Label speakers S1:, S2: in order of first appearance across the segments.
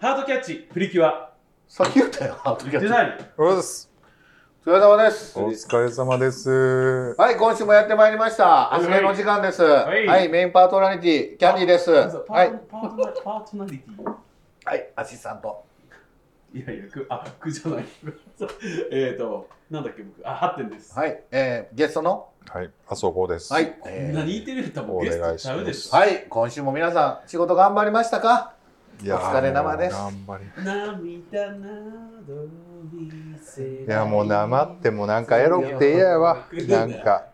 S1: ハートキャッチ、プリキュア、
S2: さっき言ったよ、ハートキャッ
S1: デ
S2: チ。
S1: ザイン。
S3: おはようございます。
S2: お疲れ様です。
S3: お疲れ様です。
S2: はい、今週もやってまいりました。
S1: は
S2: お
S1: い
S2: すすめの時間です。
S1: い
S2: はい、メインパートナリティ、キャンディーです。
S1: まずパ
S2: は
S1: ート、
S2: い
S1: パートナパートナリティ。
S2: はい、アシスタント。
S1: いやいや、くあ、くじゃない。えっと、なんだっけ、僕、あ、8点です。
S2: はい、えー、ゲストの。
S3: はい、麻生剛です。
S2: は
S3: よ
S2: い、
S1: みんな
S2: え
S1: に言ってる人も
S3: お
S1: ゲ
S3: 願い
S1: ス
S3: しま
S1: ト
S3: す
S1: ちゃうでしょ。
S2: はい、今週も皆さん、仕事頑張りましたか。
S3: ー。いや
S2: お疲れ様です
S3: 頑張り。い
S1: 涙など見せい
S3: や、もうなまってもなんかエロくて嫌やわ。なんか。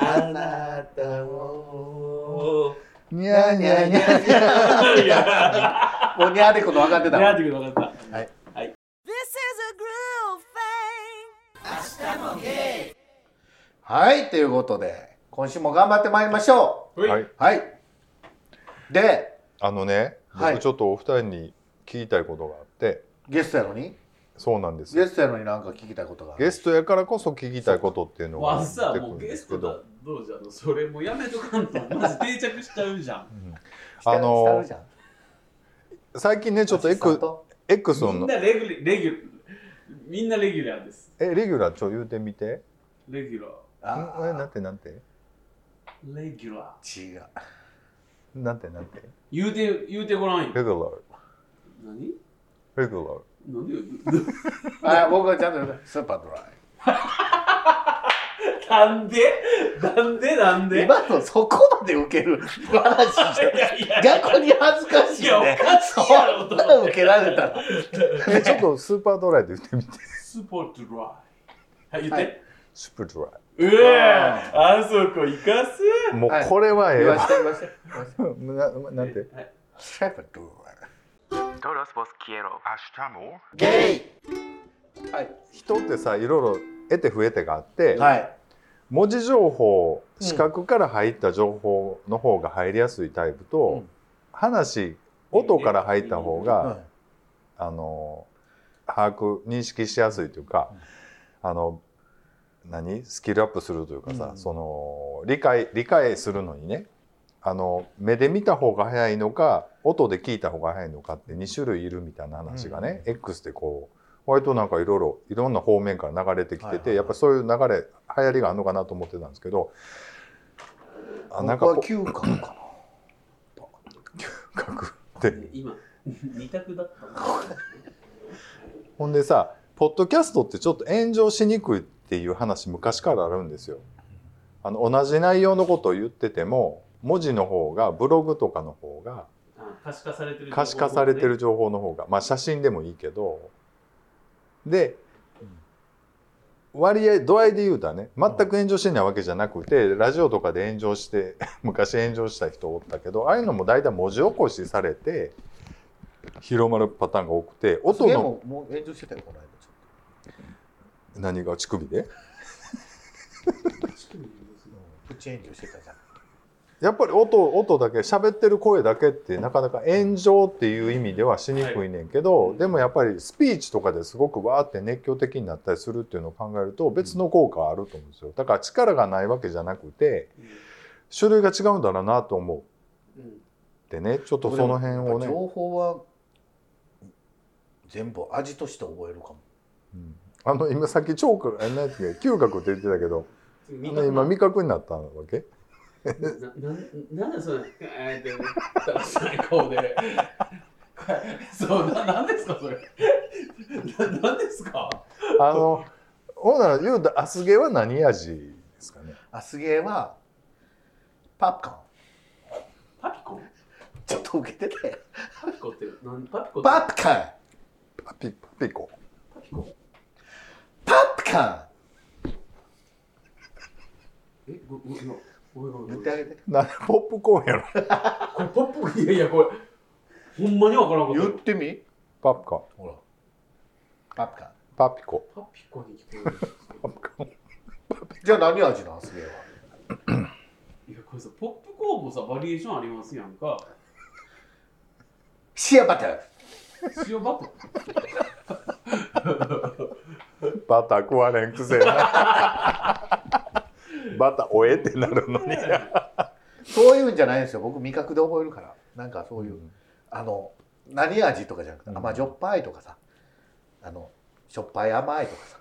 S1: あなたを。
S3: にゃーにゃーにゃーにゃ
S1: いや、
S2: もうニャーでこと分かってた
S1: 狙っ
S2: わ。
S1: てくる分かった。
S2: はい、ということで、今週も頑張ってまいりましょ
S3: ー。はい。
S2: う。はい。で、
S3: あのね、
S2: は
S3: 僕
S2: い
S3: ちょっとお二人に聞きたいことがあって、
S2: ゲストやのに。
S3: そうなんですよ。
S2: ゲストやのになんか聞きたいことがある。
S3: ゲストやからこそ聞きたいことっていうのが
S1: わ
S3: 出
S1: さ
S3: てく
S1: も
S3: るん
S1: う
S3: で
S1: ゲ
S3: す
S1: ス
S3: け
S1: ト
S3: ど
S1: だ、どうじゃのそれもやめとかんとマジ定着しちゃうじゃん
S3: うん
S2: して
S3: あの
S2: してるじゃん
S3: 最近ねちょっと
S2: アシスタ
S3: X
S2: ント
S3: X
S1: みん
S3: の
S1: なレギュレレギュみんなレギュラーです
S3: えレギュラーちょ言うてみて。
S1: レギュラ
S3: ん
S2: あ
S3: えなんてなんて
S1: ーレギュラー
S2: ー違う。
S3: なんてなんて
S1: 言うて言うてごらんよ
S3: レギュラー
S1: 何
S3: レギュラー。
S1: 何で
S2: あ僕はちゃんと言うスーパードラ
S1: なんでなんでなん
S2: イ
S1: で
S2: 今のそこまで受ける話じゃ
S1: いやいや
S2: ん 逆に恥ずかしい
S1: いやお
S2: ね
S1: かしいやろ
S2: そんな受けられたら
S3: えちょっとスーパードライで言ってみて。
S1: スーパードライはい言って、
S2: はい
S3: スーパードラ
S1: うえあそこ行かす
S3: イ。もう
S2: はい
S3: これはええ
S2: 言わ
S3: わ。
S2: して言わして言わして
S3: な ななんて。
S1: はい
S2: スーパードライ
S4: Todos vos quiero.
S2: ゲイは
S3: 人ってさいろいろ得て増えてがあって、
S2: い、はい、
S3: 文字情報
S2: うん
S3: 視覚から入った情報の方が入りやすいタイ
S2: う
S3: プと、
S2: ん
S3: 話音から入った方が、
S2: うん
S3: あの把握認識しやすいというか、あの何スキルアップするというかさ、
S2: うん
S3: その理解理解するのにねあの目で見た方が早いのか音で聞いた方が早いのかって2種類いるみたいな話がね、X でこう割となんかいろいろいろんな方面から流れてきてて、
S2: はいはいはい
S3: やっぱりそういう流れ流行りがあるのかなと思ってたんですけどあなんか
S2: 僕は
S3: こ
S2: 嗅覚か
S3: う嗅覚って
S1: 今二択だったの
S3: ほんでさ、ポッドキャストってちょっと炎上しにくいっていう話昔からあるんですよ。あの、同じ内容のことを言ってても、文字の方が、ブログとかの方が、
S1: あ可視化されてる
S3: 可視化されてる情報の方が、まあ写真でもいいけど、で、割合、度合いで言うたらね、全く炎上してないわけじゃなくて、ラジオとかで炎上して、 昔炎上した人おったけど、ああいうのも大体文字起こしされて、広まるパターンが多くて、
S2: な
S3: 音
S2: で
S3: の
S2: ももう炎上してたよこの間ちょっ
S3: 何が乳首で
S2: とプチ炎上してたじゃん
S3: やっぱり音音だけ喋ってる声だけってなかなか炎上っていう意味ではしにくいねんけど、
S1: はい
S3: でもやっぱりスピーチとかですごくわーって熱狂的になったりするっていうのを考えると別の効果はあると思うんですよだから力がないわけじゃなくて種類が違うんだろうなと思
S1: うん
S3: うでねちょっとその辺をね、
S2: 情報は全部味として覚えるかも
S3: うんあの今さっき聴覚えなんやったっけ嗅覚って言ってたけどあ
S1: みんな
S3: の今味覚になったわけ
S1: なななんでそれえーっと最高でそうななんですかそれななんですか
S3: あのほんなら言うたらアスゲは何味ですかね
S2: アスゲーはパプコン
S1: パピコ
S2: ちょっと受けてたよ
S1: パピコってなんパピコって
S2: パプコン
S3: パピパピコ
S1: パピコ
S2: パプコン
S1: えごごごごめんごめ
S2: 言
S1: ん
S2: っ
S1: ごめ
S2: てあ
S1: ん
S2: げて
S3: なポップコーンやろ
S1: これポップいやいやこれほんまにわからんこと
S2: 言ってみ
S3: パプコ
S2: ほらパプカン
S3: パピコ
S1: パピコに聞こえる
S3: パプコ
S2: じゃあ何味なんすげえ
S1: いやこれさポップコーンもさバリエーションありますやんか
S2: シアバター
S1: 塩バター
S3: バター食われんくせえなバターおえってなるのに
S2: そういうんじゃないんですよ僕味覚で覚えるからなんかそういう、あの何味とかじゃなくて
S3: うん
S2: 甘じょっぱいとかさあのしょっぱい甘いとか さ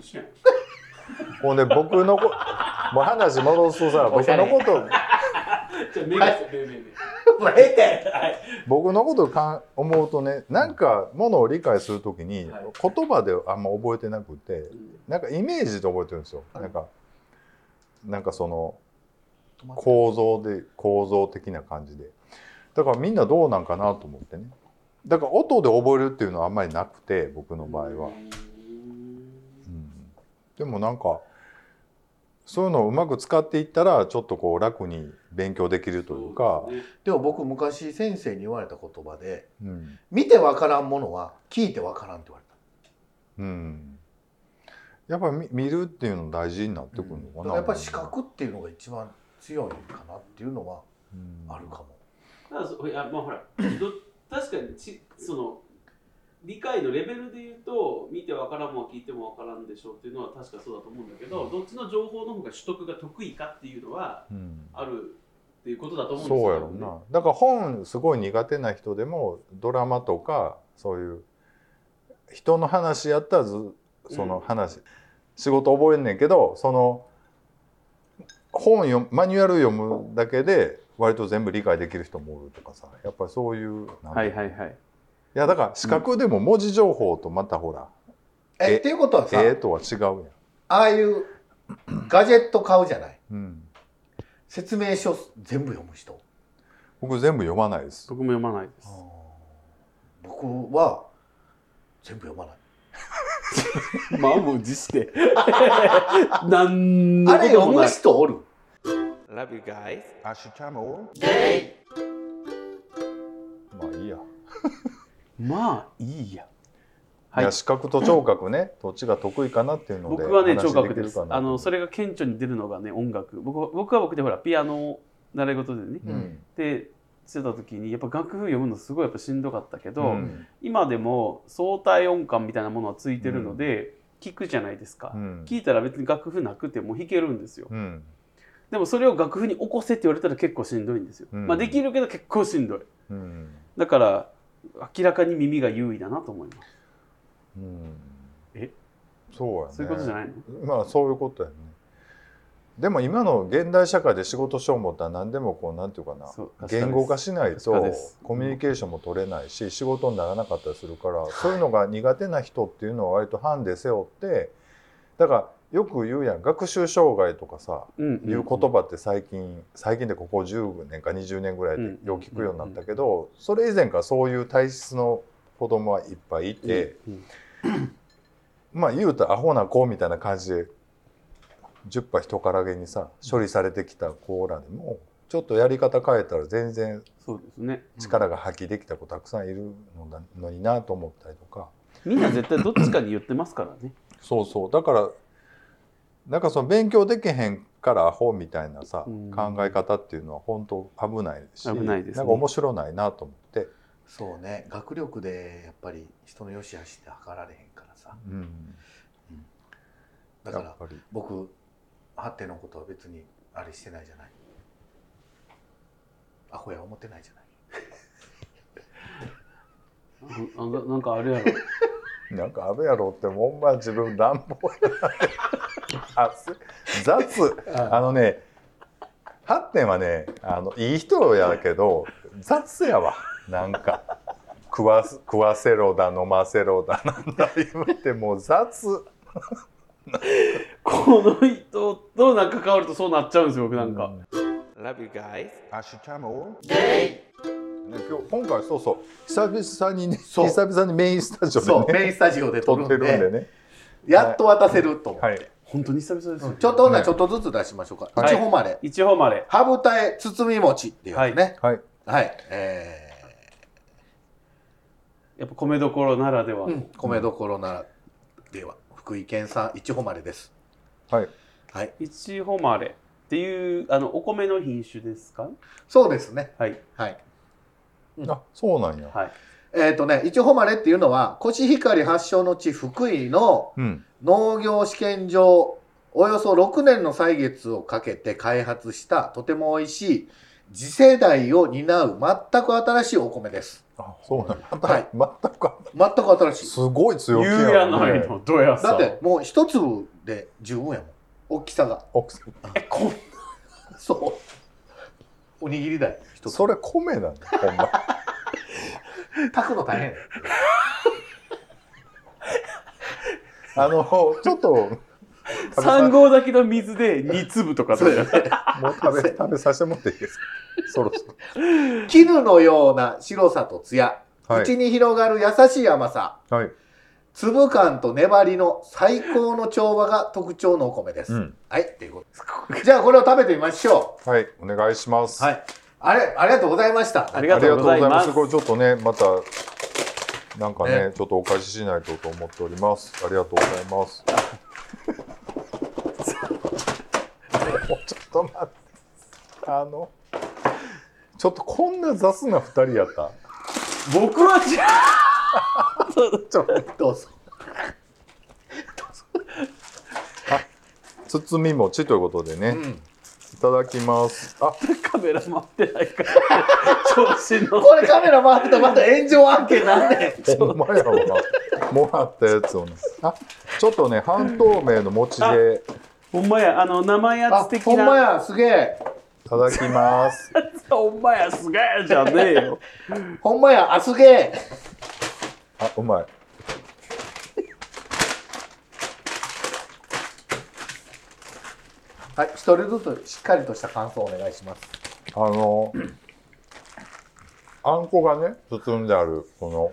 S1: 一緒やん
S3: ほんで僕のこもう話戻すとさ
S2: お
S3: 僕
S2: しゃれ
S3: のこと
S1: じゃあ目がつ目目目
S2: もうええて
S3: 僕のことかん思うとねなんかものを理解するときに
S1: はい
S3: 言葉であんま覚えてなくて、
S1: うん
S3: なんかイメージで覚えてるんですよ。
S2: はい
S3: なんか、なんかその構造で、構造的な感じで。だからみんなどうなんかなと思ってね。だから音で覚えるっていうのはあんまりなくて、僕の場合は
S1: う。ん
S3: うんでもなんか、そういうのをうまく使っていったら、ちょっとこう楽に勉強できるというか
S1: そ、ですね
S2: でも僕昔先生に言われた言葉で
S3: うん。
S2: 見てわからんものは聞いてわからんって言われた
S3: うん。やっぱり見見るっていうの大事になってくるの
S2: だ
S3: か
S2: か
S3: な。
S2: らやっぱり視覚っていうのが一番強いかなっていうのは
S3: うん
S2: あるかも、
S1: ただそいやまあほらど確かにちその理解のレベルで言うと見てわからんもんは聞いてもわからんでしょうっていうのは確かそうだと思うんだけどどっちの情報の方が取得が得意かっていうのは
S3: うん
S1: あるっていうことだと思うんです
S3: そうやろうなだから本すごい苦手な人でもドラマとかそういう人の話やったらずその話、仕事覚えんねんけどその本読むマニュアル読むだけで割と全部理解できる人もおるとかさやっぱりそういうなんていうのい
S1: はい
S3: やだから視覚でも文字情報とまたほら、
S2: え
S3: え
S2: っていうことはさ、
S3: 絵とは違うやん、
S2: ああいうガジェット買うじゃない
S3: うん、
S2: 説明書全部読む人
S3: 僕全部読まないです
S1: 僕も読まないで
S2: 僕は全部読まない
S1: 満を持して なん
S2: あれ読む人おる
S4: Love you guys.
S3: まあいいや、
S1: まあいいや
S3: い、や視覚と聴覚ねどっちが得意かなっていうので
S1: 僕はね
S3: 話
S1: 聴覚
S3: きる
S1: です
S3: かな
S1: あのそれが顕著に出るのがね音楽僕は僕は僕でほらピアノを習い事でね、
S3: うん
S1: でしてた時にやっぱ楽譜読むのすごいやっぱしんどかったけど、
S3: うん
S1: 今でも相対音感みたいなものはついてるので、聞くじゃないですか、
S3: うん
S1: 聞いたら別に楽譜なくても弾けるんですよ
S3: うん
S1: でもそれを楽譜に起こせって言われたら結構しんどいんですよ、
S3: うん
S1: まあできるけど結構しんどい
S3: うん
S1: だから明らかに耳が優位だなと思います
S3: うん
S1: え
S3: そうやね
S1: そういうことじゃないの、
S3: まあそういうことやねでも今の現代社会で仕事しよう思ったら何でもこうなんていうかな
S1: そう確かです
S3: 言語化しない
S1: 確か
S3: と
S1: です
S3: コミュニケーションも取れないし仕事にならなかったりするからそういうのが苦手な人っていうのは割とハンデ背負ってだからよく言うやん学習障害とかさ
S1: うん
S3: いう言葉って最近最近でここ10年か20年ぐらいでよく聞くようになったけどそれ以前からそういう体質の子供はいっぱいいて
S1: うんうん
S3: まあ言うとアホな子みたいな感じで10羽人からげにさ処理されてきた子らでもちょっとやり方変えたら全然
S1: そうですね
S3: 力が発揮できた子たくさんいるのだのになと思ったりとか
S1: みんな絶対どっちかに言ってますからね
S3: そうそうだからなんかその勉強できへんからアホみたいなさ、
S1: うん
S3: 考え方っていうのは本当危ないし
S1: 危ないですね
S3: んか面白ないなと思って、
S2: そうね学力でやっぱり人の良し悪しって測られへんからさ
S3: うん、
S2: だか
S3: や
S2: ら
S3: っぱり
S2: 僕ハッテのことは別にあれしてないじゃないアホや思ってないじゃない
S1: ああなんかあれやろ
S3: なんか危やろってもうほんま自分乱暴やなあす雑あのね8点はねあのいい人やけど雑やわなんか食わす食わせろだ飲ませろだなんだ言うてもう雑
S1: この人となんか関わるとそうなっちゃうんですよ僕なんか、
S4: Love you guys.
S3: ね、今日今回そうそう久々にね
S2: そう
S3: 久々にメインスタジ
S2: そ
S3: オ
S2: う
S3: でね
S2: メインスタジオで撮
S3: 撮
S2: る
S3: っ
S2: ん
S3: て
S2: で
S3: るんでね
S2: やっと渡せると思う、
S3: はい
S1: 本当に久々ですよ、
S2: うんちょっとほんならちょっとずつ出しましょうか、
S1: はい
S2: 一本まで
S1: 一応まで
S2: 羽二重包み餅っていうやつね
S3: はい
S2: はい、え
S1: やっぱ米どころならでは、
S2: ーうん、米どころならでは福井県産一本までです
S3: はい
S2: はい
S1: 一応までっていうあのお米の品種ですか
S2: そうですね
S1: はい
S2: はい
S3: あそうなんや、
S1: はい
S2: えっ、とね一本までっていうのはコシヒカリ発祥の地福井の
S3: うん
S2: 農業試験場およそ6年の歳月をかけて開発したとても美味しい次世代を担う全く新しいお米です。
S3: あそうなんまた、
S2: はい
S3: 全く
S2: 全く新しい。
S3: すごい強気
S1: 言うやないの、どうや
S2: だ
S1: さ
S2: っ
S1: ん。
S2: てもう一粒で十分やもん。大きさが。
S3: 奥さん
S1: え、こん
S2: そう。おにぎりだよ。一つ。
S3: それ米なんだほん ま
S2: 炊くの大変。
S3: あのちょっともう
S1: 3合炊きの水で2粒とか
S2: そうや
S1: だ
S2: ね。
S3: 食べ食べさせてもらっていいですかそろそろ
S2: 絹のような白さと艶、
S3: はい
S2: 口に広がる優しい甘さ、
S3: はい、
S2: 粒感と粘りの最高の調和が特徴のお米です。
S3: うん、
S2: はい、ということです。じゃあこれを食べてみましょ
S3: はいお願いします、
S2: う。はい。あれ、ありがとうございました。
S1: ありがとうございます
S3: ありがとうございすこれちょっとね、また、なんかね
S2: ね
S3: ちょっとお返ししないとと思っております。ありがとうござい ます。もうちょっと待って。あの、ちょっとこんな雑な二人やった。
S1: 僕はじゃ
S3: ちょっと
S2: どうぞ。
S3: 包みもちということでね、
S2: う
S3: い
S2: ん。
S3: ただきます。 あ、
S1: カメラ回ってない から、調子乗っ
S2: これカメラ回ってたらまた炎上案件なんで。
S3: ほんまやわ。もらったやつをね。あ、ちょっとね、半透明の餅で
S1: ほんまや、あの、生や
S2: あ
S1: つ、的
S2: ほんま
S1: な。
S2: や、すげえ。
S3: いただき ます。
S1: ほんまや、すげえじゃねえ よ。
S2: ほんまや、あ、すげえ。
S3: あ、うまい。
S2: はい、一人ずつしっかりとした感想をお願いします。
S3: あの、あんこがね、包んである、この、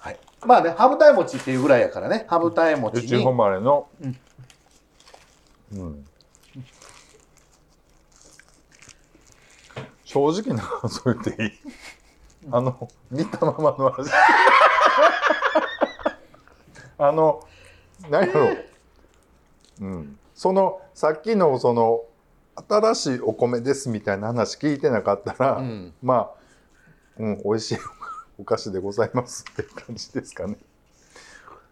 S2: はい。まあね、ハムタイ餅っていうぐらいやからね、ハムタイ餅
S3: 越中
S2: に。
S3: 誉れの、うん。正直な感想言っていいあの、見たままの味。あの、何やろう。うん。その、さっきの、その、新しいお米ですみたいな話聞いてなかったら、
S2: うん。
S3: まあ、うん、美味しいお菓子でございますって感じですかね。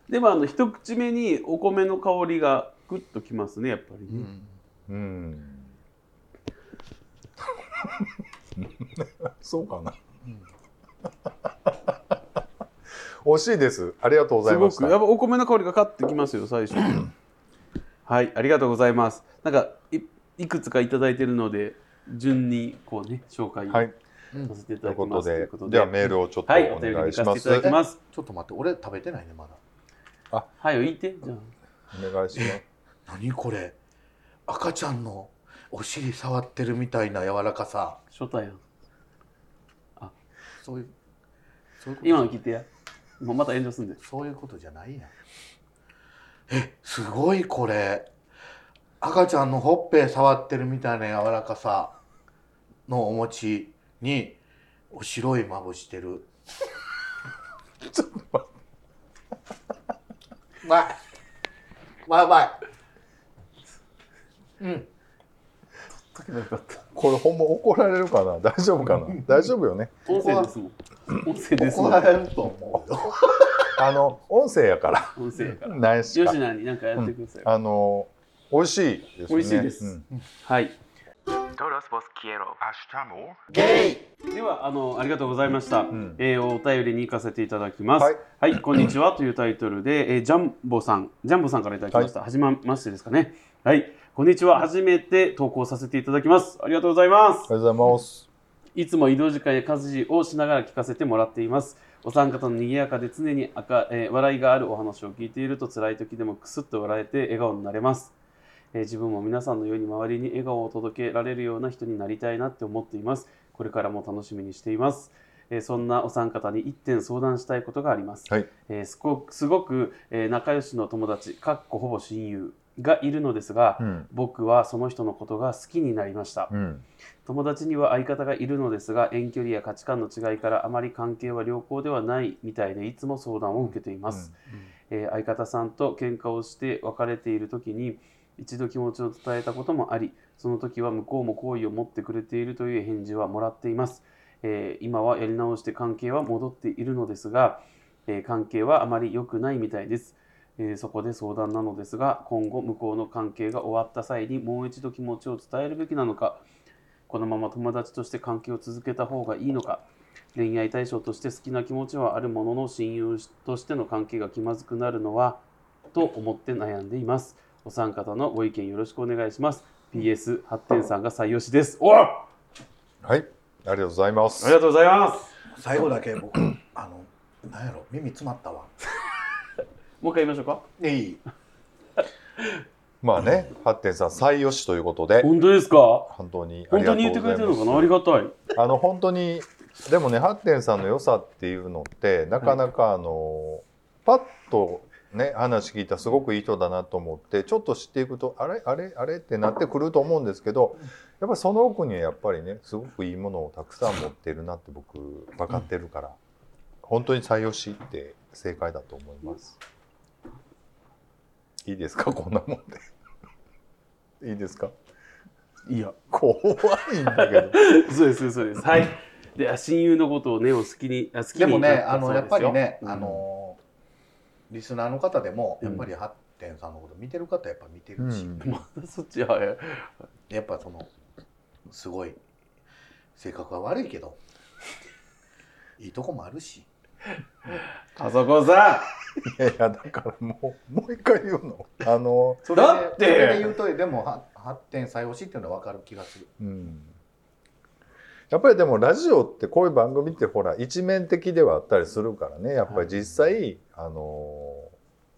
S1: でも、あの、一口目にお米の香りがグッときますね、やっぱり
S2: う
S1: ね。
S2: ん
S3: うん。そうかな。惜しいです。ありがとうござ
S1: す
S3: いま
S1: ご
S3: し。
S1: くやったぱお米の香りがかってきますよ最初はいありがとうございますなんかいいくつかいただいてるので順にこうね紹介
S3: は
S1: さ
S3: い、
S1: せていた
S3: とい
S1: だ
S3: う
S1: き
S3: こ
S1: ま
S3: と
S1: すとい
S3: で
S1: うこと、で
S3: ではメールをちょっと
S1: はいお
S3: お
S1: 便り
S3: 願
S1: に行
S3: いし
S1: か
S3: ま
S1: せ
S3: す。
S1: ていただきます
S2: ちょっと待って、俺食べてないね、まだ。
S1: はい言ってじゃ
S3: お願いします。
S2: 何これ赤ちゃんのお尻触ってるみたいな柔らかさ。
S1: あ初対やん
S2: そういう、そういうこと
S1: 今の聞いてやもうまた炎上すんで
S2: そういうことじゃないやん。え、すごいこれ。赤ちゃんのほっぺ触ってるみたいな柔らかさのお餅に、お白いまぶしてる。 ちょっと待って。うまい。うまい。うん。
S3: これほんま怒られるかな。 大丈夫 かな。大丈夫よね。
S1: 音声ですもん音声ですも
S2: 怒
S1: ん
S2: られると思うよ。
S3: あの音声やから。
S1: 音声やから
S3: ないしか
S1: 吉。野に何かやってください、
S3: あの美味しいですね。
S1: 美味しいです
S3: うん
S1: はい
S4: Todos vos quiero.
S2: ゲイ
S1: ではあのありがとうございました、
S3: ん
S1: えーお便りに行かせていただきます
S3: はい
S1: はい、こんにちはというタイトルで、えージャンボさんジャンボさんからいただきました、はじめましてですかねはいこんにちは初めて投稿させていただきますありがとうございま
S3: ありがとうございます。
S1: すいつも移動時間や家事をしながら聞かせてもらっていますお三方の賑やかで常に赤、えー笑いがあるお話を聞いていると辛い時でもクスッと笑えて笑顔になれます、えー自分も皆さんのように周りに笑顔を届けられるような人になりたいなって思っていますこれからも楽しみにしています、えーそんなお三方に一点相談したいことがあります、
S3: はい
S1: えーすごくすごく、えー仲良しの友達かっこほぼ親友がいるのですが、
S3: うん
S1: 僕はその人のことが好きになりました、
S3: うん
S1: 友達には相方がいるのですが遠距離や価値観の違いからあまり関係は良好ではないみたいでいつも相談を受けています、えー相方さんと喧嘩をして別れている時に一度気持ちを伝えたこともありその時は向こうも好意を持ってくれているという返事はもらっています、えー今はやり直して関係は戻っているのですが、えー関係はあまり良くないみたいですえーそこで相談なのですが今後向こうの関係が終わった際にもう一度気持ちを伝えるべきなのかこのまま友達として関係を続けた方がいいのか恋愛対象として好きな気持ちはあるものの親友としての関係が気まずくなるのはと思って悩んでいますお三方のご意見よろしくお願いします PS 発展さんが採用しですおあ
S3: はい、ありがとうございます。
S1: りがとうございます
S2: 最後だけ僕あのなんやろ耳詰まったわ
S1: もう一回言いましょうか
S2: いい
S3: まあね、発展さん採用しということで、
S1: 本当ですか
S3: 本当にあ
S1: 本当に言
S3: りがとうございます。
S1: ってくれてるのかなありがたい
S3: あの本当にでもねハッテンさんの良さっていうのってなかなかあの、パッとね話聞いたらすごくいい人だなと思ってちょっと知っていくとあれあれあれってなってくると思うんですけどやっぱりその奥にはやっぱりねすごくいいものをたくさん持ってるなって僕分かってるから、本当に採用しって正解だと思います。いいですかこんなもんで。いいですか
S1: いや
S3: 怖いんだけど。
S1: そうですそうですはいで親友のことをねお好きにあ好きに
S2: でもね
S1: なった
S2: あの
S1: そう
S2: や
S1: です
S2: っぱり
S1: よ
S2: ね、
S1: うん
S2: あのリスナーの方でも
S1: うん
S2: やっぱりハッテンさんのこと見てる方やっぱ見て
S3: う
S2: るし、
S3: ん
S1: まだそっちは
S2: やっぱそのすごい性格は悪いけど いいとこもあるし
S1: あそこさ
S3: いやいやだからもうもう一回言うのあの、
S2: それで
S1: だって
S2: それで言うとでもは発展採用しっていうのは分かる気がする
S3: うん、やっぱりでもラジオってこういう番組ってほら一面的ではあったりするからねやっぱり実際、あの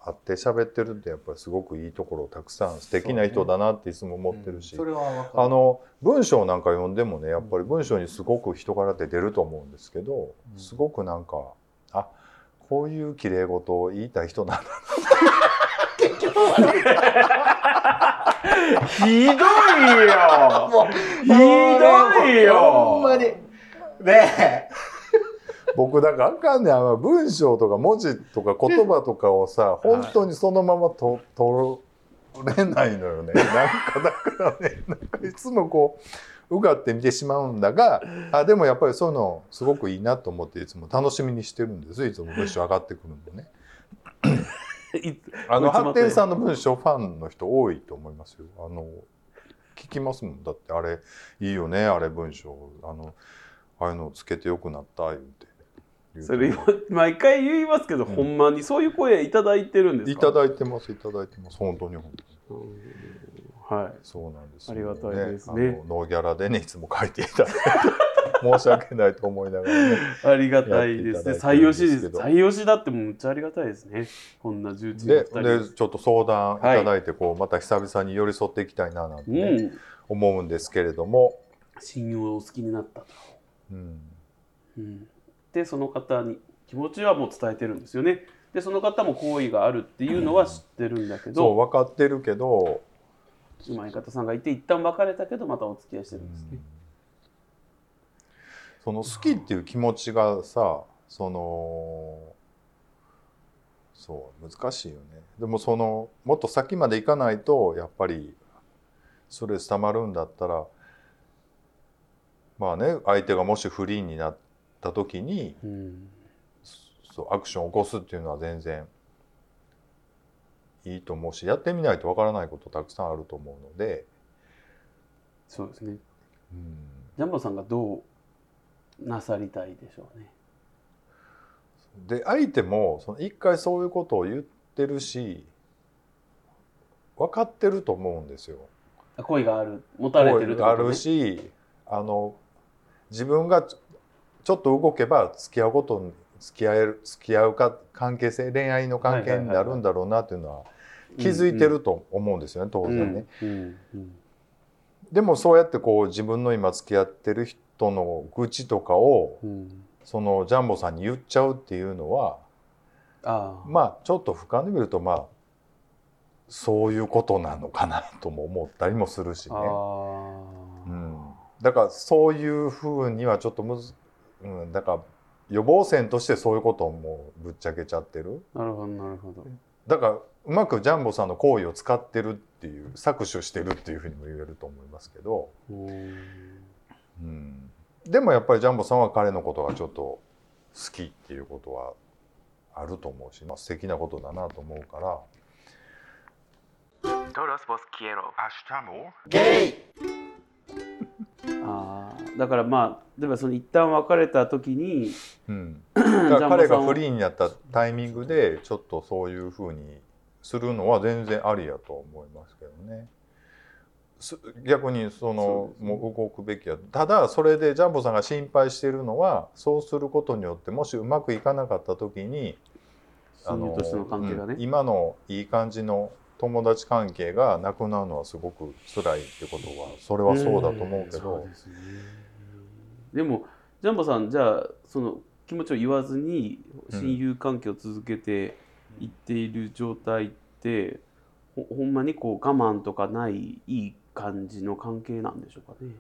S3: 会って喋ってるってやっぱりすごくいいところをたくさん素敵な人だなっていつも思ってるし、
S2: うんそれは分か
S3: あ
S2: る
S3: の文章なんか読んでもねやっぱり文章にすごく人柄って出ると思うんですけど、
S2: うん
S3: すごくなんかあこういう綺麗事を言いたい人なんだ
S1: ひどいよ
S2: もう
S1: ひどいよ
S2: ほんまにねえ
S3: 僕だからあかんねんあの文章とか文字とか言葉とかをさ本当にそのままと取れないの よねなんかだからねなんかいつもこううがって見てしまうんだがあでもやっぱりそういうのすごくいいなと思っていつも楽しみにしてるんですいつも文章上がってくるのね
S1: い
S3: あの
S1: こいつまた
S3: 発展さんの文章ファンの人多いと思いますよあの聞きますもんだってあれいいよねあれ文章あのああいうのつけてよくなった言うて言う
S1: そ
S3: て
S1: れ今毎回言いますけど、
S3: うん
S1: ほんまにそういう声いただいてるんです
S3: い
S1: か
S3: ただいてます、いただいてます、本当に本当に。
S1: うんはい
S3: そうなんです、
S1: ありがたいですね
S3: あのノーギャラでね、いつも書いていただいて、申し訳ないと思いなが らね。
S1: ありがたいで
S3: やっ
S1: す
S3: てい
S1: ね
S3: ただい
S1: 採用
S3: てるんです
S1: し
S3: けど
S1: です採用しだってもうめっちゃありがたいですねこんな重鎮の
S3: で、
S1: 二人
S3: でちょっと相談いただいて、こう、また久々に寄り添っていきたいななんて、ね
S1: うん
S3: 思うんですけれども。
S1: 親友をお好きになったと、
S3: うん、
S1: うんでその方に気持ちはもう伝えてるんですよねでその方も好意があるっていうのは知ってるんだけ
S3: そう、
S1: ど、
S3: 分かってるけど。
S1: うまい方さんがいて一旦別れたけどまたお付き合いしてるんですね、
S3: その好きっていう気持ちがさそのそう難しいよねでもそのもっと先まで行かないとやっぱりストレスたまるんだったらまあね相手がもしフリーになった時に
S1: うん
S3: そうアクションを起こすっていうのは全然いいと思うしやってみないとわからないことたくさんあると思うので。
S1: そうですね
S3: うん
S1: ジャンボさんがどうなさりたいでしょうね
S3: で相手もその一回そういうことを言ってるし分かってると思うんですよ。
S1: あ恋がある持たれてるって
S3: あ
S1: こと、ね、
S3: るしあの自分がちょちょっと動けば付き合うことに付き合える付き合うか関係性恋愛の関係になるんだろうなっていうのは気づいてると思うんですよね当
S1: う
S3: 然
S1: ん
S3: ね。
S1: うんうん
S3: でもそうやってこう自分の今付き合ってる人の愚痴とかを
S1: うん
S3: そのジャンボさんに言っちゃうっていうのは
S1: ああ
S3: まあちょっと俯瞰で見るとまあそういうことなのかなとも思ったりもするしね、
S1: あ
S3: う
S1: ー
S3: ん、だからそういうふうにはちょっとむず、うん、だから予防線としてそういうことをもうぶっちゃけちゃってる
S1: なるほどなるほど
S3: だからうまくジャンボさんの行為を使ってるっていう搾取してるっていうふうにも言えると思いますけど、
S1: うん
S3: うん、でもやっぱりジャンボさんは彼のことがちょっと好きっていうことはあると思うし、まあ、素敵なことだなと思うから。
S4: Todos vos quiero.
S5: Hasta mo.
S2: ゲイ
S1: あーだからまあ例えばその一旦別れた時に
S3: うん、
S1: ジ
S3: だか
S1: ャ
S3: ら
S1: ンボ
S3: 彼
S1: さ
S3: が
S1: ん
S3: フ
S1: を
S3: リーになったタイミングでちょっとそういうふうにするのは全然ありやと思いますけどね。す逆にその
S1: そうですね
S3: もう動くべきやただそれでジャンボさんが心配しているのはそうすることによってもしうまくいかなかった時にあ
S1: 親友としての関係がね、
S3: うん今のいい感じの友達関係がなくなるのはすごく辛いってことはそれはそうだと思うけど、
S1: すねでもジャンボさんじゃあその気持ちを言わずに
S3: うん
S1: 親友関係を続けていっている状態って、ほほんまにこう我慢とかないいい感じの関係なんでしょうかね。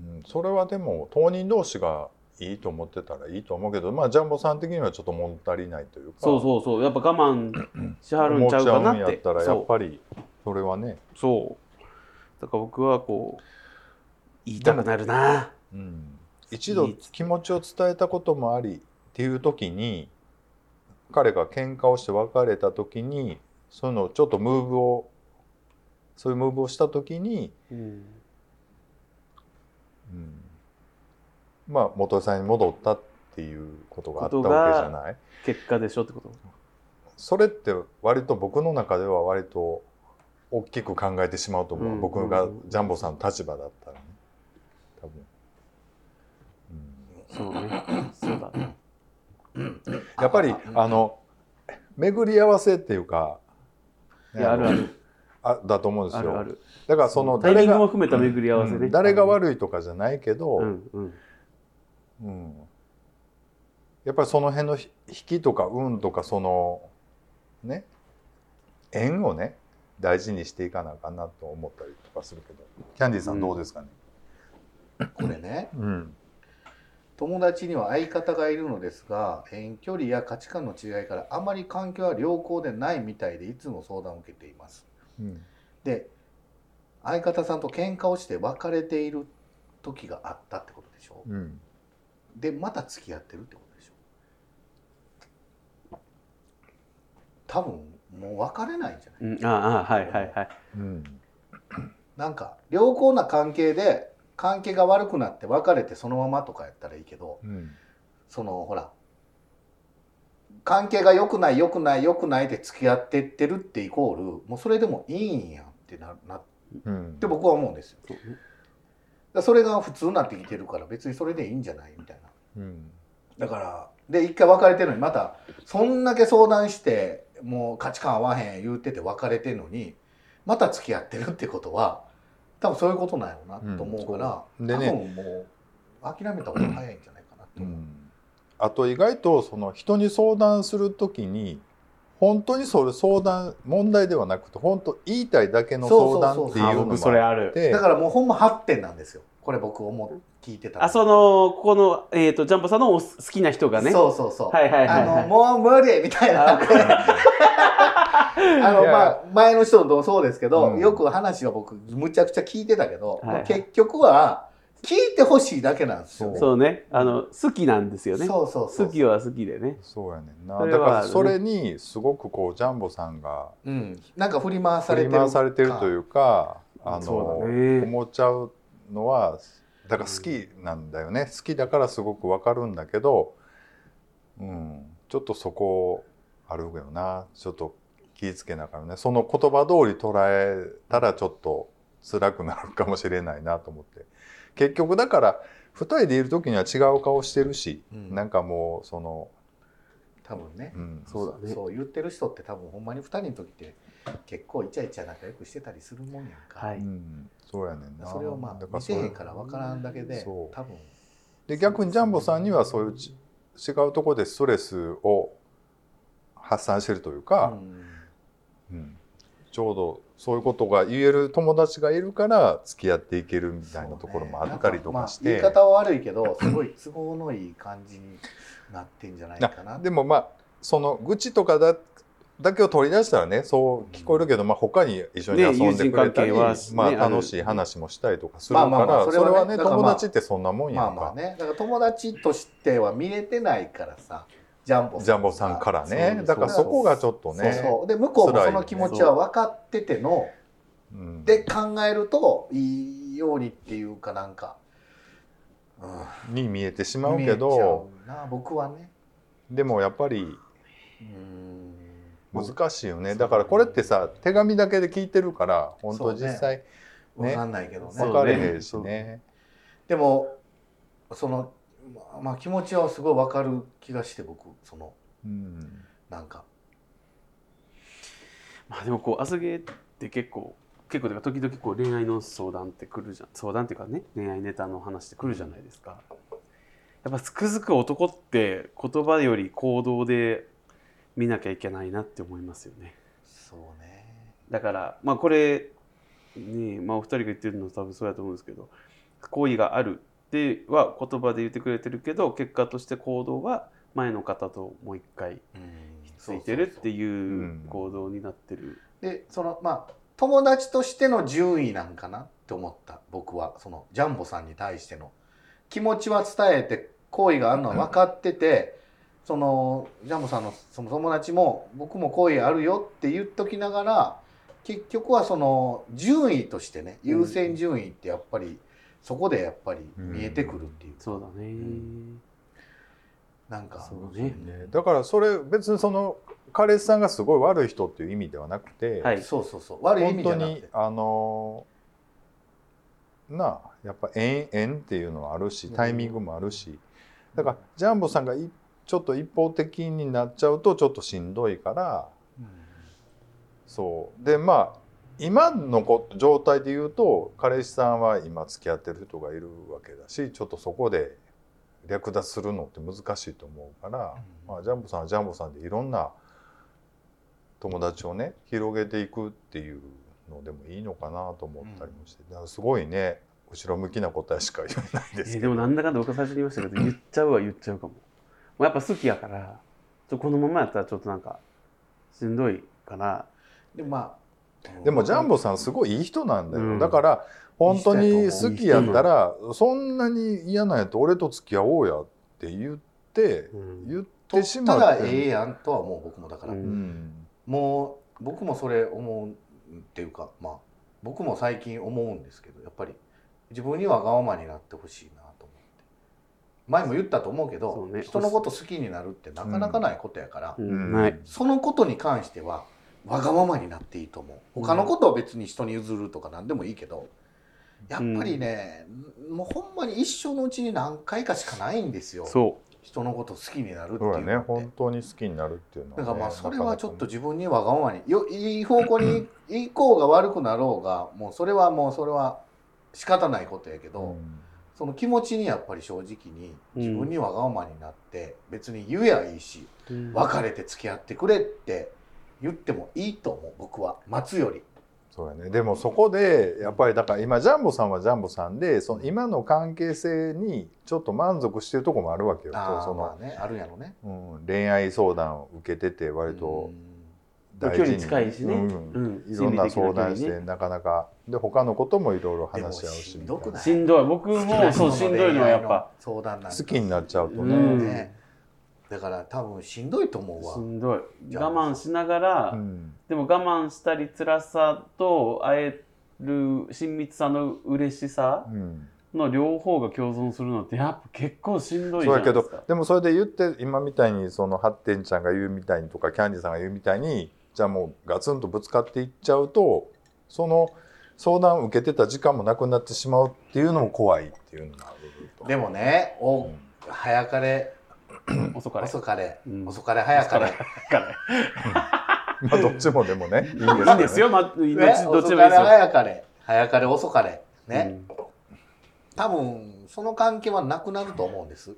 S3: うんそれはでも当人同士がいいと思ってたらいいと思うけど、まあ、ジャンボさん的にはちょっと物足りないというか
S1: そうそうそうやっぱ我慢しはるんちゃうかなって
S3: 思っちゃうんやったらやっ
S1: そ
S3: ぱりそれはね、
S1: うそうだから僕はこう言いたくなるな
S3: うん、一度気持ちを伝えたこともありっていう時に彼が喧嘩をして別れた時にそういうのをちょっとムーブをそういうムーブをした時に、
S1: うん
S3: うん、まあ元井さんに戻ったっていうことがあったわけじゃない
S1: 結果でしょってこと
S3: それって割と僕の中では割と大きく考えてしまうと思う、
S1: うん
S3: 僕がジャンボさんの立場だったらね多分、
S1: そうね そうだね
S3: うん、やっぱりあの巡り合わせっていうか、
S1: いやあるある
S3: あだと思うんで
S1: あ
S3: す
S1: るあ
S3: よ
S1: る
S3: だからその
S1: タイミ
S3: 誰
S1: ングも
S3: が
S1: 含めた巡り合わせ
S3: う
S1: ね
S3: ん誰が悪いとかじゃないけど、
S1: うんうん
S3: うんやっぱりその辺のひ引きとか運とかそのね縁をね大事にしていかなあかんなと思ったりとかするけどキャンディーさ
S1: うん
S3: んどうですかね、
S2: これね
S3: うん
S2: 友達には相方がいるのですが遠距離や価値観の違いからあまり環境は良好でないみたいでいつも相談を受けています
S3: うん
S2: で相方さんと喧嘩をして別れている時があったってことでしょ
S3: うん
S2: でまた付き合ってるってことでしょ多分もう別れないんじゃない
S1: うんああはいはいはい
S3: うん
S2: なんか良好な関係で関係が悪くなって別れてそのままとかやったらいいけど
S3: うん
S2: そのほら関係が良くない良くない良くないで付き合ってってるってイコールもうそれでもいいんやってななっ
S3: うん
S2: て僕は思うんですよ。だか
S1: そうね
S2: らそれが普通になってきてるから別にそれでいいんじゃないみたいな。
S3: うん
S2: だからで一回別れてるのにまたそんだけ相談してもう価値観合わへん言うてて別れてるのにまた付き合ってるってことは多分そういうことなんやろうなと思うから、
S3: うんそうで
S2: 多
S3: ね
S2: 分もう諦めた方が早いんじゃないかなと
S3: う
S2: 思う。
S3: んあと意外とその人に相談するときに本当にそれ相談問題ではなくて本当言いたいだけの相談ってい
S2: あ
S3: うのも
S1: 僕それ
S3: あっ
S1: ある
S3: て
S2: だからもうほんま8点なんですよ。これ僕思う聞いてた
S1: あそのここのえっとジャンボさんのお好きな人がね
S2: そうそうそう。
S1: はいはいはい
S2: あのもう無理みたいな。
S1: あ
S2: あの
S3: いや
S2: まあ前の人もそうですけど、
S3: うん
S2: よく話は僕むちゃくちゃ聞いてたけど、
S1: はいはい
S2: 結局は聞いてほしいだけなんですよね。
S1: そうねあの好きなんですよね
S2: そうそうそう
S1: 好きは好きでね
S3: そうやねんな
S1: それ
S3: だ
S1: は
S3: か
S1: ある
S3: らそれにすごくこうジャンボさんが
S2: うん。なんか振り回さ
S3: 振
S2: れて
S3: り
S2: る。。
S3: 回されてるといううかあの
S1: そうだね
S3: 思っちゃうのはだから好きなんだよね好きだからすごくわかるんだけど、うん、ちょっとそこあるよなちょっと気ぃつけながらねその言葉通り捉えたらちょっと辛くなるかもしれないなと思って結局だから2人でいる時には違う顔してるし、
S2: うん
S3: なんかもうその、
S2: 多分ね
S3: う。ん、
S1: そうだね
S2: そう言ってる人って多分ほんまに2人の時って結構イチャイチャ仲良くしてたりするもんやんか。
S1: は
S3: う
S1: い
S3: ん、そうやねんな
S2: それをまあ
S3: だから
S2: 見
S3: そ
S2: て
S3: れ
S2: へんから分からんだけで
S3: そ
S2: 多
S3: う
S2: 分。
S3: で逆にジャンボさんにはそういうち違うところでストレスを発散してるというか、
S2: うん
S3: うんちょうどそういうことが言える友達がいるから付き合っていけるみたいなところもあったりとかし
S2: そうね
S3: て、
S2: なんかまあ言い方は悪いけどすごい都合のいい感じになってんじゃないかな
S3: でもまあその愚痴とかだだけを取り出したらねそう聞こえるけど、まあ、他に一緒に遊んでくれた
S1: ね友人関係
S3: り、
S1: は
S3: まあ、
S1: ね
S3: 楽しい話もしたりとかするから、
S2: まあまあまあそ
S3: そ
S2: れ
S3: れ
S2: はね
S3: はね
S2: だからまあ
S3: 友達ってそんなもんや
S2: ま
S3: んか、
S2: あまあねだから友達としては見れてないからさジャンボ
S3: ジャンボさんからね
S2: そう
S3: だからそこがちょっとね
S2: そうそうで向こうも
S3: 辛い
S2: そ
S3: よね
S2: の気持ちは分かってての
S3: うん
S2: で考えるといいいようにっていうかなんか、う
S3: に見えてし
S2: ん、
S3: まうけど
S2: 見えちゃうな僕はね
S3: でもやっぱり
S2: うん
S3: 難しいよ
S2: そ
S3: ね
S2: う
S3: だからこれってさ手紙だけで聞いてるから本
S2: そ
S3: 当
S2: うね
S3: 実際
S2: 分かんないけどね
S1: そう
S3: 分かれへんしね
S2: でもそのままあ気持ちはすごい分かる気がして僕その
S3: うん
S2: なんか
S1: まあでもこう朝芸って結構結構だから時々こう恋愛の相談ってくるじゃん相談っていうかね恋愛ネタの話ってくるじゃないですかやっぱつくづく男って言葉より行動で見なきゃいけないなって思いますよね
S2: そうね
S1: だからまあこれねまあお二人が言ってるのは多分そうやと思うんですけど好意があるっては言葉で言ってくれてるけど結果として行動は前の方ともう一回
S2: うん
S1: ついてるって
S2: う
S1: いう
S3: うん
S1: 行動になってる
S2: でそのまあ友達としての順位なんかなって思った僕はそのジャンボさんに対しての気持ちは伝えて好意があるのは分かってて、そのジャンボさんのその友達も僕も好意あるよって言っときながら結局はその順位としてね優先順位ってやっぱりそこでやっぱり見えてくるっていう、
S1: そうだね、
S2: んなんか
S1: そうね
S3: ねだからそれ別にその彼氏さんがすごい悪い人っていう意味ではなくて、
S1: はい
S2: そうそうそう悪い意
S3: 本
S2: 味じ
S3: 当
S2: ゃなく
S3: に
S2: て
S3: あのなあやっぱ縁縁っていうのはあるしタイミングもあるし、だからジャンボさんがいちょっと一方的になっちゃうとちょっとしんどいからそうでまあ今のこ状態で言うと彼氏さんは今付き合ってる人がいるわけだしちょっとそこで略奪するのって難しいと思うから、
S2: うん
S3: まあ、ジャンボさんはジャンボさんでいろんな友達をね広げていくっていうのでもいいのかなと思ったりもして、だからすごいね後ろ向きな答えしか言えないで
S1: え
S3: す
S1: ーで
S3: けど、
S1: もなんだかんだ僕は最初に言いま したけど言っちゃうは言っちゃうかももうやっぱ好きやからちょこのままやったらちょっとなんかしんどいから
S2: でまあ
S3: でもジャンボさんすごいいい人なんだよ、
S1: うん
S3: だから本当に好きやった
S1: い
S3: らそんなに嫌なんやったら俺と付き合おうやって言って
S1: うん
S3: 言っ
S2: 取
S3: てし
S2: っ
S3: ま
S2: た
S3: っ
S2: ら
S3: ても
S2: ええやんとは思う僕もだから、
S1: うん
S3: うん
S2: もう僕もそれ思うっていうかまあ僕も最近思うんですけどやっぱり自分には我慢になってほしいなと思って前も言ったと思うけど
S1: そうね
S2: 人のこと好きになるってなかなかないことやから、
S1: う
S3: うんん
S1: ない
S2: そのことに関してはわがままになっていいと思う他のことは別に人に譲るとか何でもいいけどやっぱりね、もうほんまに一生のうちに何回かしかないんですよ
S1: そ
S2: 人のこと好きになるってい
S3: そうう
S2: の
S3: や
S2: って
S3: ね本当に好きになるっていうのは、
S2: だ
S3: ね、
S2: からまあそれはちょっと
S3: なか
S2: 自分にわがままによいい方向に行こうが悪くなろうがもうそれはもうそれは仕方ないことやけ
S3: な
S2: ど、
S3: かうん
S2: その気持ちにやっぱり正直に
S1: うん
S2: 自分にわがままになって別に言えばいいし
S1: う、
S2: 別れて付き合ってくれって言ってもいいと思う僕は待つより。
S3: そうやねでもそこでやっぱりだから今ジャンボさんはジャンボさんでその今の関係性にちょっと満足してるとこもあるわけよ
S2: あー
S3: そ
S2: ま
S3: の、
S2: あねあるんやろね。
S3: うん、恋愛相談を受けてて割
S1: う
S3: と
S1: ん
S3: 大事
S1: 距
S3: に、
S1: 離近いしね
S3: うん
S1: うん
S3: いろんな
S1: 心理的な距
S3: 相談し
S1: 離ね
S3: てなかなかで他のこともいろいろ
S2: でも
S3: 話し合うし
S2: しんどくない
S1: しんどい僕
S2: 好きな
S1: も
S2: 人
S1: そう
S2: の
S1: しんどいのはやっぱ
S2: 恋愛の相談なんか
S3: 好きになっちゃうとね、
S1: うん
S2: ねだから多分しんどいと思うわ
S1: し。んどい
S2: じゃあ
S1: 我慢しながら、
S3: うん
S1: でも我慢したり辛さと会える親密さの嬉しさ
S3: うん
S1: の両方が共存するのってやっぱ結構しんどいじ
S3: そ
S1: ゃ
S3: う
S1: な
S3: や
S1: いで
S3: け
S1: すか
S3: どでもそれで言って今みたいにそのハッテンちゃんが言うみたいにとかキャンディさんが言うみたいにじゃあもうガツンとぶつかっていっちゃうとその相談を受けてた時間もなくなってしまうっていうのも怖いっていうのもあると
S2: でもね、お
S3: うん
S2: 早かれ、
S1: 遅かれ
S2: 遅かれ、
S1: うん
S2: 遅かれ、早かれ。
S3: まあどっちもでもねいいんですよ,、
S1: いいんですよ、まあ、どっち
S2: ね
S1: どっち
S2: 遅
S1: でもいいで
S2: かれ、
S1: すよ。
S2: 早かれ、早かれ、遅かれ。ね、多分その関係はなくなると思うんです。
S1: うん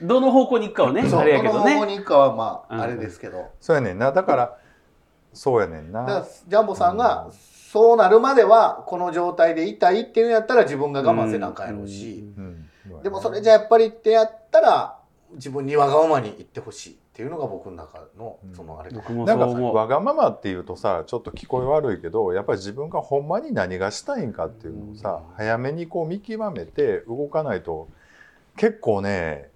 S1: どの方向に行くかはね、
S2: そう
S1: あれやけ
S2: こ
S1: ど
S2: の方向
S1: ね。
S2: に行くかはまあ、
S1: うん
S2: あれですけど、
S3: そうやねんなだからそうやねん
S2: だから
S3: な
S2: ジャンボさんが、
S3: うん
S2: そうなるまではこの状態でいたいっていうんやったら自分が我慢せなあかんやろう
S1: う
S2: し、
S1: ん
S3: うんそうやね
S2: でもそれじゃやっぱりってやったら自分にわがままに言ってほしいっていうのが僕の中のそのあれかな、
S1: 僕も
S3: な
S1: そ
S3: ん
S1: う
S3: か
S1: 思
S3: わがままっていうとさちょっと聞こえ悪いけどやっぱり自分がほんまに何がしたいんかっていうのをさ、
S2: うん
S3: 早めにこう見極めて動かないと結構ね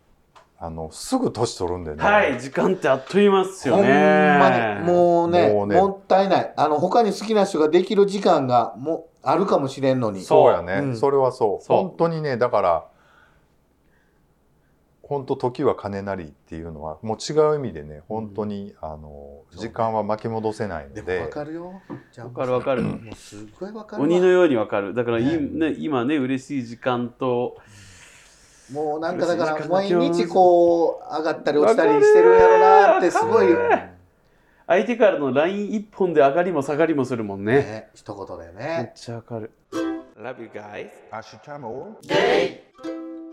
S3: あのすぐ年取るんでね、
S1: はい、時間ってあっという間っすよ
S2: ほん
S1: ね。
S2: まにもうね
S3: もうね
S2: もったいないあの他に好きな人ができる時間がもうあるかもしれんのに
S3: そうやね、
S2: うん
S3: それはそう
S1: そう
S3: 本当にねだから本当時は金なりっていうのはもう違う意味でね本当に、あの時間は巻き戻せないの
S2: で
S3: で
S2: も分かるよじゃあ
S1: わかるわかる
S2: もうすごい分かるわ
S1: 鬼のようにわかる。だから、い
S2: ね
S1: ね、今ね、嬉しい時間と、
S2: もうなんかだ
S1: 苦
S2: か
S1: し
S2: ら
S1: い時間だ
S2: 毎
S1: けを
S2: 日こう上がったり落ちたりしてるんやろなってすごいよ
S1: 相手からの LINE 一本で上がりも下がりもするもんね。
S2: ね一言で
S1: めっ
S2: ね
S1: ちゃわかる。Love you guys.
S3: アシュチャム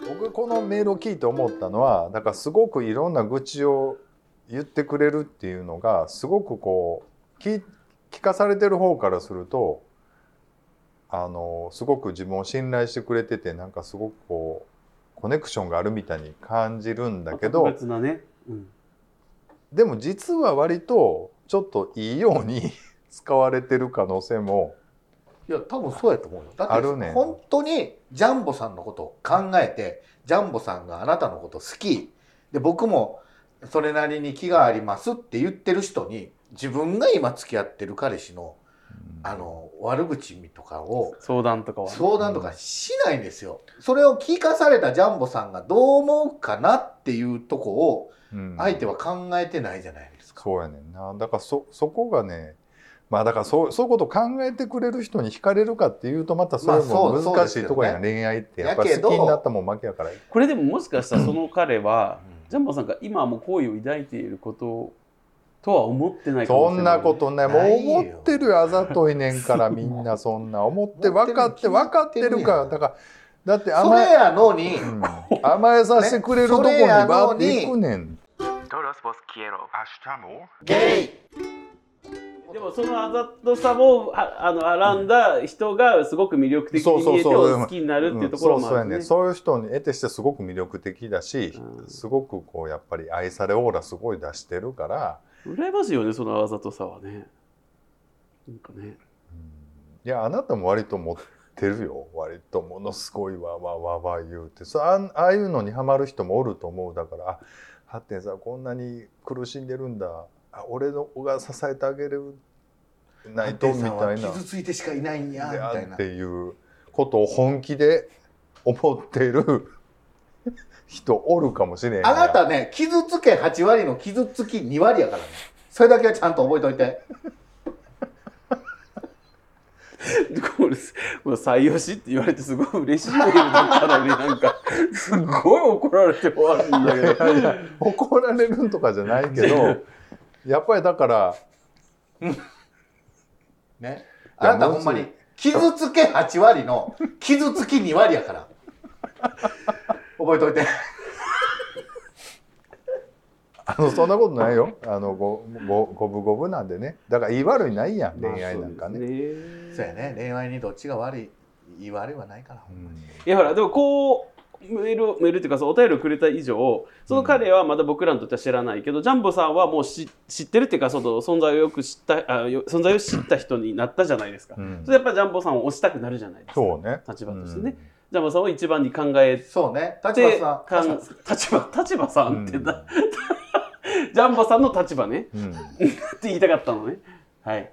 S3: 僕このメールを聞いて思ったのはだからすごくいろんな愚痴を言ってくれるっていうのがすごくこう聞聞かされてる方からするとあのすごく自分を信頼してくれててなんかすごくこうコネクションがあるみたいに感じるんだけ
S1: 特
S3: ど
S1: 別なね。うん
S3: でも実は割とちょっといいように 使われてる可能性も
S2: いや多分そうやと思うよだ
S3: ある
S2: っ
S3: ね
S2: て本当にジャンボさんのことを考えてジャンボさんがあなたのこと好きで僕もそれなりに気がありますって言ってる人に自分が今付き合ってる彼氏のあの悪口とかを
S1: 相談とかはね。
S2: 相談とかしないんですよ。それを聞かされたジャンボさんがどう思うかなっていうとこを
S3: うん
S2: 相手は考えてないじゃないですか。
S3: そうやねんなだからそそこがねまあだからそうそういうことを考えてくれる人に惹かれるかっていうとまたそれも
S2: まあそう
S3: 難しいところや
S2: そう
S3: ね恋愛ってやっぱ
S2: やけ
S3: り
S2: ど
S3: 好きになったもん負けやから
S1: これでももしかしたらその彼は、ジ
S2: う
S1: ャンボさんが今も好意を抱いていることとは思ってないかも
S3: そ
S1: しれない。
S3: んなことないも
S2: な
S3: う
S2: いよ
S3: 思ってるよあざといねんからみんなそんな思っ て
S2: 思ってる
S3: 分かって分かってるから
S2: 決
S3: だ
S2: まってるやん
S3: からだって
S2: んそ
S3: 甘
S2: れ
S3: え、
S2: やのに
S3: うん甘えさせてくれるとこに
S2: ねそれや
S3: バー
S2: の
S3: っ
S2: に
S3: ていくねん
S4: Todos vos quiero.
S2: ゲイ
S1: でもそのあざとさをああの選んだ人がすごく魅力的に見えて
S3: そうそうそう
S1: 好きになるっていうところもある
S3: うん
S1: ね。
S3: そうそうやねそういう人に得てしてすごく魅力的だし、
S1: うん
S3: すごくこうやっぱり愛されオーラすごい出してるから、
S1: 羨ましいよねそのあざとさはね。なんかね。
S3: いやあなたも割と持ってるよ割とものすごいわわわわ言うてそうあんああいうのにハマる人もおると思うだからあハッテンさんこんなに苦しんでるんだあ俺の子が支えてあげれないとみたいな
S2: 傷ついてしかいないんやみ
S3: であ
S2: たいな
S3: っていうことを本気で思ってる 人おるかもしれんや
S2: あなたね傷つけ8割の傷つき2割やからねそれだけはちゃんと覚えといて
S1: これこれ採用しって言われてすごい嬉しいんだけどからねなんかすっごい怒られて終わるんだけど。
S3: いやいや怒られるとかじゃないけどやっぱりだから
S2: ね
S3: いや
S2: あなたほんま
S3: む
S2: に傷つけ8割の傷つき2割やから覚えといて
S3: あのそんなことないよ。あのごごごぶごぶなんでね。だから言い悪いないやん恋愛なんかね。
S1: ね
S2: そうやね恋愛にどっちが悪い言い悪いはないから
S1: いやほらでもこうメールをメールっていうかそのお便りをくれた以上その彼はまだ僕らにとっては知らないけど、ジャンボさんはもうし知ってるっていうかその存在をよく知ったあよ存在を知った人になったじゃないですか、
S3: うんうん
S1: それやっぱりジャンボさんを推したくなるじゃないですか
S3: そうね。
S1: 立場としてね、ジャンボさんを一番に考え
S2: そうね立
S1: て
S2: 場
S1: か
S2: さ
S1: ん
S2: ん
S1: 立場立場さ
S3: うんん。
S1: ってな、ジャンボさんの立場ね
S3: う
S1: っ
S3: ん
S1: て言いたかったのねはい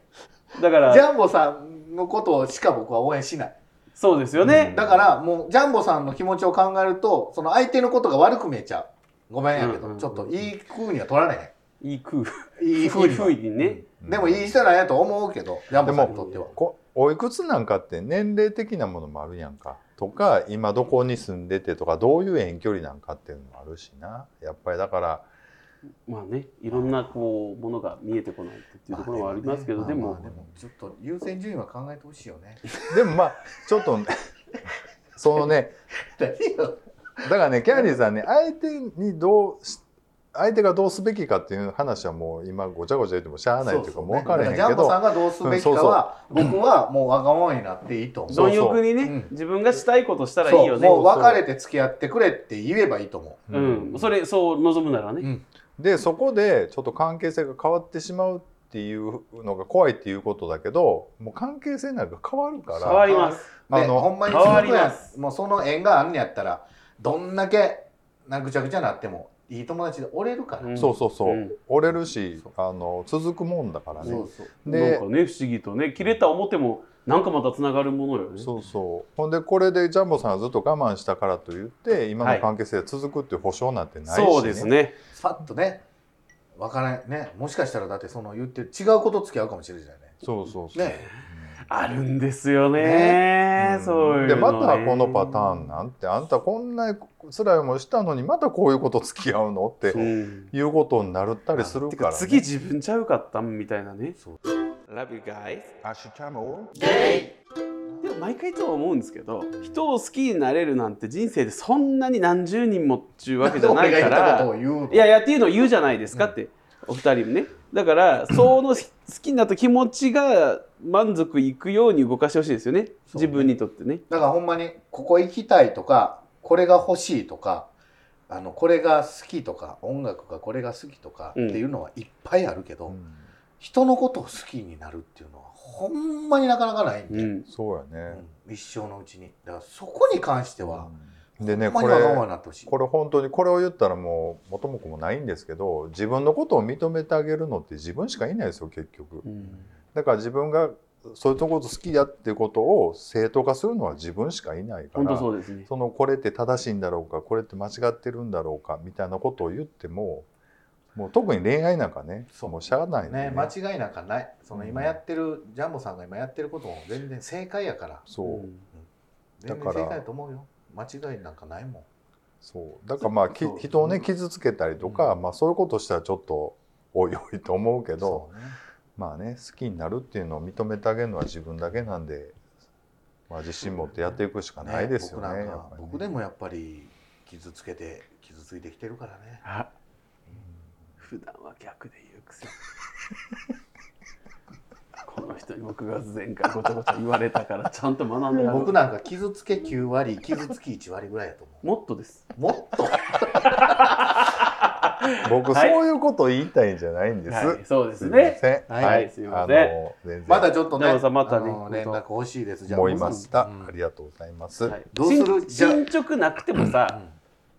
S1: だから
S2: ジャンボさんのことしか僕は応援しない
S1: そうですよね、
S2: だからもうジャンボさんの気持ちを考えるとその相手のことが悪く見えちゃうごめんやけ
S1: うんうんう
S2: ど
S1: ん
S2: ちょっといい風には取られへん
S1: いい空
S2: い
S1: い
S2: い風には
S1: 風にね、
S2: でもいい人なんやと思うけど、ジャンボさんにとっては。
S3: こおいくつなんかって年齢的なものもあるやんかとか今どこに住んでてとかどういう遠距離なんかっていうのもあるしなやっぱりだから
S1: まあね、いろんなこうものが見えてこないっていうところはありますけど、
S2: まあ
S1: でも、
S2: まあでもちょっと優先順位は考えてほしいよ ね。
S3: でもまあちょっと そのねだからねキャンディーさんね相手にどうし相手がどうすべきかっていう話はもう今ごちゃごちゃ言ってもしゃあないというかもう分からへん
S2: ジャ
S3: け
S2: ンボさ
S3: ど
S2: んがどうすべきかは、僕はもうわがままになっていいと思う。
S3: そ
S1: 貪
S3: う
S1: 欲にね、
S2: うん
S1: 自分がしたいことしたらいい
S2: そ
S1: よ
S2: う、
S1: ね。
S2: もう別れて付き合ってくれって言えばいいと思
S1: う、ん、それそう望むならね。
S2: うん
S3: でそこでちょっと関係性が変わってしまうっていうのが怖いっていうことだけどもう関係性なんか変わるか
S2: う。
S1: 変わ
S3: ら
S1: ります。
S2: で
S3: あの
S2: ほんまに
S1: 変わります
S2: もうその縁があんねやったら、どんだけなぐちゃぐちゃなってもいい友達で折れるから、
S1: うん
S3: そうそうそう、
S1: うん
S3: 折れるし
S2: そう
S3: あの続くもんだからね
S2: そうそう
S3: で
S1: なんかね不思議とね切れた表もなんかまたつながるものよね
S3: そうそうほんでこれでジャンボさんがずっと我慢したからといって今
S1: は
S3: の
S1: い
S3: 関係性が続くっていう保証なんてないし、ね
S1: そうですね
S2: さっとね分からんねもしかしたらだってその言ってる違うこと付き合うかもしれないね
S3: そうそうそう、
S2: ね
S1: あるんですよね
S3: うん
S1: そういうの、ね、
S3: でまたこのパターンなんてあんたこんな辛い思いしたのにまたこういうこと付き合うのって
S1: うん
S3: いうことになるったりする
S1: て
S3: か、
S1: から
S3: ね、
S1: 次自分ちゃうかったんみたいなね Love you guys でも毎回いつも思うんですけど人を好きになれるなんて人生でそんなに何十人もっちゅうわけじゃない か
S2: 俺が言ったこと
S1: ら
S2: を言うの
S1: いやいやっていうのを言うじゃないですかって、お二人もねだからそ の好きになった気持ちが満足いくように動かしてほしいですよね
S2: そうね
S1: 自分にとってね
S2: だからほんまにここ行きたいとかこれが欲しいとかあのこれが好きとか音楽がこれが好きとかって
S1: うん
S2: いうのはいっぱいあるけど、
S3: うん
S2: 人のことを好きになるっていうのはほんまになかなかないん
S1: う
S2: で、
S1: ん
S3: そうや
S2: う
S3: ね、
S2: ん一生のうちにだからそこに関しては、
S3: うんでね
S2: ほ
S3: こ
S2: んまに
S3: れ
S2: わがままになってほしい
S3: これ本当にこれを言ったらもう元も子もないんですけど自分のことを認めてあげるのって自分しかいないですよ結局
S1: うん
S3: だから自分がそういうとこと好きだっていうことを正当化するのは自分しかいないか
S1: 本
S3: ら
S1: 当そうですね
S3: そのこれって正しいんだろうかこれって間違ってるんだろうかみたいなことを言ってももう特に恋愛なんかねもうしゃあないんで
S2: ね
S3: ね
S2: 間違いなんかないその今
S3: うん
S2: やってるジャンボさんが今やってることも全然正解やから
S3: そう
S1: うん
S2: 全然
S3: だから
S2: 正解やと思うよ間違いなんかないもん
S3: そうだからまあき
S2: そう
S3: 人をね傷つけたりとか、
S2: うん
S3: まあ、そういうことしたらちょっとおいおいと思うけど
S2: そうね
S3: まあね好きになるっていうのを認めてあげるのは自分だけなんで、まあ、自信持ってやっていくしかないですよね。
S2: 僕なん
S3: やっ
S2: か
S3: ぱりね
S2: 僕でもやっぱり傷つけて傷ついてきてるからね
S1: あ普段は逆で言うくせに この人に僕が前回ごちゃごちゃ言われたからちゃんと学んでやろう
S2: 僕なんか傷つけ9割 傷つき1割ぐらいやと思
S1: もっとです
S2: うもっと
S3: 僕
S1: はい
S3: そういうこと言いたいんじゃないんです。
S1: はいそうです
S3: いま
S1: ね
S3: せん
S2: はい
S1: はいすいません
S3: あの全然
S2: まだちょっと
S1: ジャ
S2: ね
S1: ンボさんまたね
S2: あの連絡欲しいですじゃあ
S3: 思いました、
S2: うん
S3: ありがとうございます。
S1: はい
S2: どうする
S1: 進
S2: じゃあ
S1: 進捗なくてもさ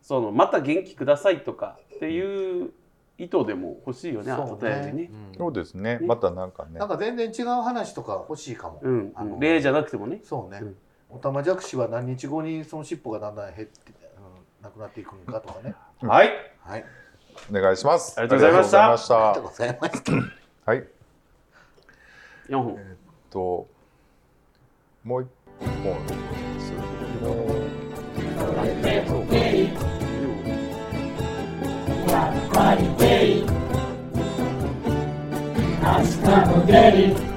S1: そのまた元気くださいとかっていう意図でも欲しいよね
S2: そ
S1: お
S2: う
S1: 便り
S2: ね
S1: ね
S2: う
S3: そうんですね
S1: ね
S3: またなんかね
S2: なんか全然違う話とか欲しいかも
S1: うん
S2: あの
S1: 例じゃなくてもね
S2: そうね、
S1: うん
S2: おたまじゃくしは何日後にその尻尾がだんだん減って、うん、なくなっていくのかとかね。
S3: うん
S1: はい
S2: はい。
S3: お願いします。
S1: ありがとうございました
S3: ありがとう
S2: あ
S3: ご
S2: りがとございま
S3: ざいうまし
S2: した。
S3: たはい。
S1: 4本
S3: ともう一本する
S6: Hasta poder,